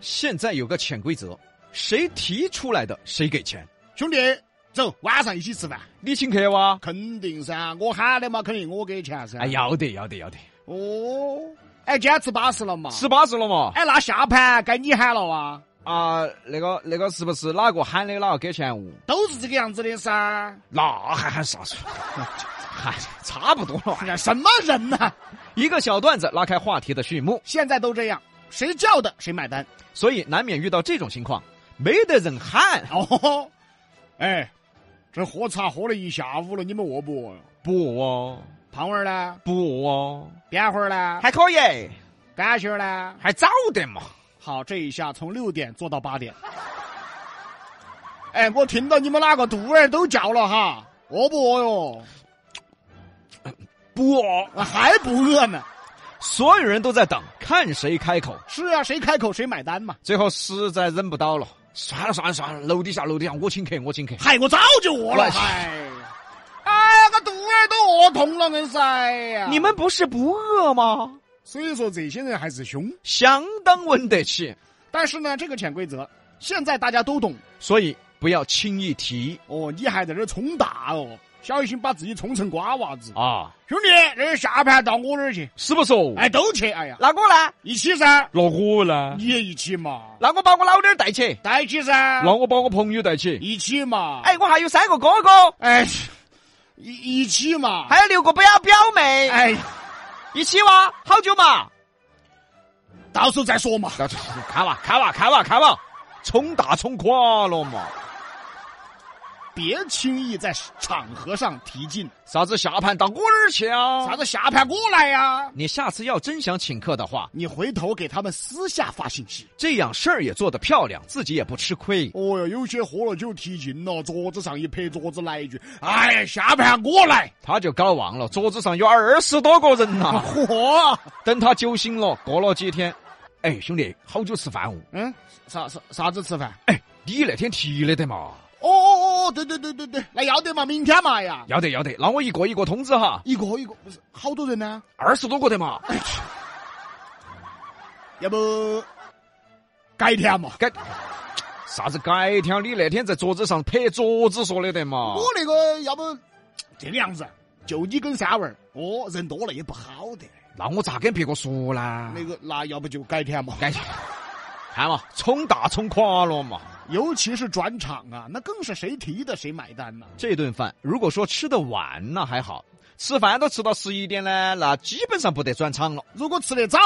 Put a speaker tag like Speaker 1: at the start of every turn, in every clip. Speaker 1: 现在有个潜规则，谁提出来的谁给钱。
Speaker 2: 兄弟，走，晚上一起吃饭。
Speaker 1: 你请客哇？
Speaker 2: 肯定噻，我喊的嘛，肯定我给钱噻。
Speaker 1: 哎，，要得要得要得，
Speaker 2: 哦，哎，今天吃巴适了嘛？
Speaker 1: 吃巴适了嘛？
Speaker 2: 哎，那下盘该你喊了哇，
Speaker 1: 啊，那个那个是不是哪个喊的哪个给钱我？
Speaker 2: 都是这个样子的噻。
Speaker 1: 那还喊啥子？ 嗨，差不多了
Speaker 2: 哎。呀什么人呐、
Speaker 1: 一个小段子拉开话题的序幕，
Speaker 2: 现在都这样，谁叫的谁买单。
Speaker 1: 所以难免遇到这种情况，没得人喊，
Speaker 2: 哦，哎，这喝茶喝了一下午了，你们饿不饿？
Speaker 1: 不哦，
Speaker 2: 胖娃儿呢？
Speaker 1: 不哦，
Speaker 2: 边花儿呢？
Speaker 1: 还可以，
Speaker 2: 干杏儿呢？
Speaker 1: 还早得嘛。
Speaker 2: 好，这一下从六点做到八点。哎，我听到你们哪个肚儿都叫了哈，饿不饿哟？
Speaker 1: 不哦，
Speaker 2: 啊还不饿呢？
Speaker 1: 所有人都在等，看谁开口。
Speaker 2: 是啊，谁开口谁买单嘛。
Speaker 1: 最后实在忍不到了，算了算了算了，楼底下楼底下我请客我请客。
Speaker 2: 嗨，我早就饿了，
Speaker 1: 我
Speaker 2: 嗨，哎呀，个肚儿都饿痛了，硬是哎呀。
Speaker 1: 你们不是不饿吗？
Speaker 2: 所以说这些人还是凶，
Speaker 1: 相当稳得起，
Speaker 2: 但是呢，这个潜规则现在大家都懂
Speaker 1: 所以不要轻易提
Speaker 2: 哦。你还在这儿冲大哦，小心把自己冲成瓜娃子。
Speaker 1: 啊，
Speaker 2: 兄弟，这个下盘到我这儿去，
Speaker 1: 是不是？哦？
Speaker 2: 哎，都去，哎呀，
Speaker 1: 那我呢？
Speaker 2: 一起噻，
Speaker 1: 那我呢？
Speaker 2: 你也一起嘛，
Speaker 1: 那我把我老爹儿带起，
Speaker 2: 在一起噻，
Speaker 1: 那我把我朋友带起。
Speaker 2: 一起嘛，
Speaker 1: 哎，我还有三个哥哥，
Speaker 2: 哎，一一起嘛，
Speaker 1: 还有六个表表妹，
Speaker 2: 哎，
Speaker 1: 一起哇，好久嘛？
Speaker 2: 到时候再说嘛。
Speaker 1: 看哇看哇看哇看哇，冲大冲垮了嘛？
Speaker 2: 别轻易在场合上提劲，
Speaker 1: 啥子下盘到我那儿去啊？
Speaker 2: 啥子下盘我来呀、
Speaker 1: 你下次要真想请客的话，
Speaker 2: 你回头给他们私下发信息。
Speaker 1: 这样事儿也做得漂亮，自己也不吃亏。
Speaker 2: 哦哟，有些喝了酒提劲了，桌子上一拍桌子来一句：“哎呀，下盘我来
Speaker 1: 他就搞忘了，桌子上有二十多个人！”呐、
Speaker 2: 嚯，
Speaker 1: 等他酒醒了，过了几天，哎，兄弟，好久吃饭哦。
Speaker 2: 嗯，啥啥啥子吃饭？
Speaker 1: 哎，你那天提了的嘛？
Speaker 2: 哦哦哦，对对对对对，那要得嘛，明天嘛呀，
Speaker 1: 要得要得，那我一个一个通知哈，
Speaker 2: 一个一个不是好多人呢、
Speaker 1: 二十多个的嘛。
Speaker 2: 要不改天嘛？
Speaker 1: 改啥子改天？你那天在桌子上拍桌子说的得嘛
Speaker 2: 我？那个要不这个样子，就你跟三娃儿，哦，人多了也不好的。
Speaker 1: 那我咋跟别个说呢？
Speaker 2: 那个那要不就改天嘛？
Speaker 1: 改天，看嘛，冲大冲垮了嘛。
Speaker 2: 尤其是转场啊，那更是谁提的谁买单呢、
Speaker 1: 这顿饭如果说吃得晚那还好，吃饭都吃到十一点呢，那基本上不得转场了。
Speaker 2: 如果吃得早，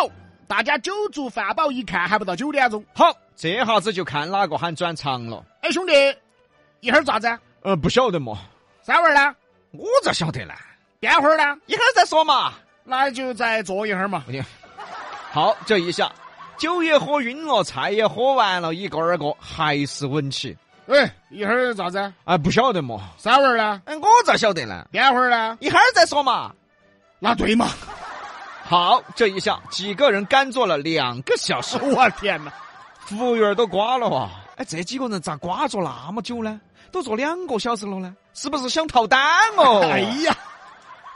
Speaker 2: 大家酒足饭饱，一看还不到九点钟。
Speaker 1: 好，这下子就看哪个喊转场了。
Speaker 2: 哎，兄弟，一会儿咋子？
Speaker 1: 呃，不晓得嘛，
Speaker 2: 三娃儿呢？
Speaker 1: 我咋晓得呢？
Speaker 2: 边会儿呢？
Speaker 1: 一会儿再说嘛。
Speaker 2: 那就再坐一会儿嘛。
Speaker 1: 好，这一下酒也喝晕了，菜也喝完了，一个二个还是稳起。
Speaker 2: 哎，一会儿咋子？
Speaker 1: 啊，不晓得嘛。
Speaker 2: 三娃儿呢？
Speaker 1: 嗯，我咋晓得呢？
Speaker 2: 边会儿呢？
Speaker 1: 一会儿再说嘛。
Speaker 2: 那对嘛？
Speaker 1: 好，这一下几个人干坐了两个小时，
Speaker 2: 我天哪！
Speaker 1: 服务员都瓜了哇！哎，这几个人咋瓜坐那么久呢？都坐两个小时了呢，是不是想逃单 哦？
Speaker 2: 哎呀，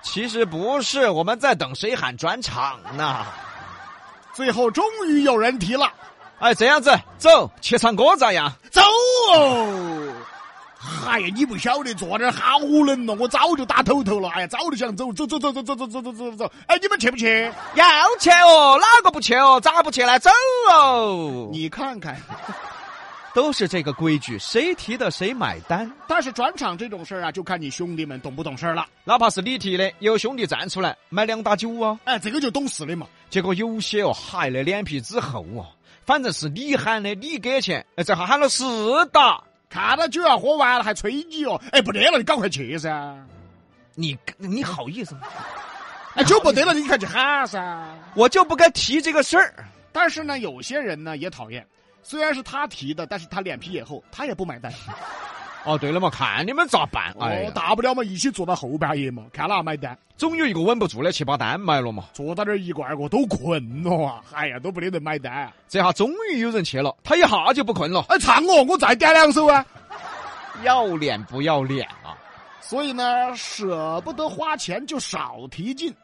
Speaker 1: 其实不是，我们在等谁喊转场呢。
Speaker 2: 最后终于有人提了，
Speaker 1: 哎，这样子，走，去唱歌咋样？
Speaker 2: 走哦！哎呀，你不晓得坐这儿好冷了，我早就打头头了。哎呀，早就想走，走走走走走走走走走走。哎，你们去不去？
Speaker 1: 要去哦，哪个不去哦？咋不去呢？走哦！
Speaker 2: 你看看，
Speaker 1: 都是这个规矩，谁提的谁买单。
Speaker 2: 但是转场这种事儿啊，就看你兄弟们懂不懂事儿了。
Speaker 1: 哪怕是你提的，有兄弟站出来买两打酒啊。
Speaker 2: 哎，这个就懂事的嘛。
Speaker 1: 结果有些哦，嗨，那脸皮之厚啊，反正是你喊的，你给钱，哎，这下喊了四打，
Speaker 2: 看到酒要啊喝完了还催你哦，哎，不得了，你赶快去噻！
Speaker 1: 你你好意思吗？
Speaker 2: 哎，酒不得了，你快去喊噻！
Speaker 1: 我就不该提这个事儿。
Speaker 2: 但是呢，有些人呢也讨厌，虽然是他提的，但是他脸皮也厚，他也不买单。
Speaker 1: 哦，对了嘛，看你们咋办？哎
Speaker 2: 哦，
Speaker 1: 呀，
Speaker 2: 大不了嘛，一起坐到后半夜嘛，看哪买单。
Speaker 1: 总有一个稳不住的去把单买了嘛。
Speaker 2: 坐到这儿一个二个都困了啊，哎呀，都不得人买单。啊
Speaker 1: 这下终于有人去了，他一下就不困了。
Speaker 2: 哎，唱我，我再点两首啊。
Speaker 1: 要脸不要脸啊！
Speaker 2: 所以呢，舍不得花钱就少提劲，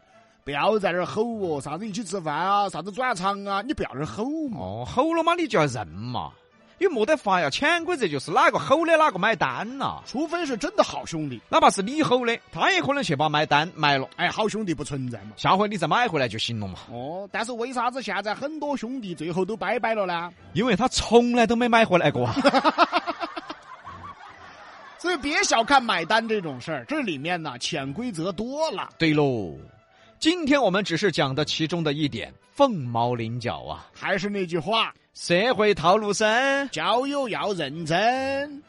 Speaker 2: 不要在那儿吼哦，啥子一起吃饭啊，啥子转场啊，你不要在那儿吼嘛。
Speaker 1: 哦，吼了嘛，你就要认嘛，因为没得法呀。潜规则就是哪个吼的哪个买单呐、
Speaker 2: 除非是真的好兄弟，
Speaker 1: 哪怕是你吼的，他也可能去把买单买了，
Speaker 2: 哎，好兄弟不存在嘛。
Speaker 1: 下回你再买回来就行了嘛。
Speaker 2: 哦，但是为啥子现在很多兄弟最后都拜拜了呢？
Speaker 1: 因为他从来都没买回来过啊。
Speaker 2: 所以别小看买单这种事儿，这里面呢潜规则多了。
Speaker 1: 对喽，今天我们只是讲的其中的一点，凤毛麟角啊。
Speaker 2: 还是那句话，
Speaker 1: 社会套路深，
Speaker 2: 交友要认真。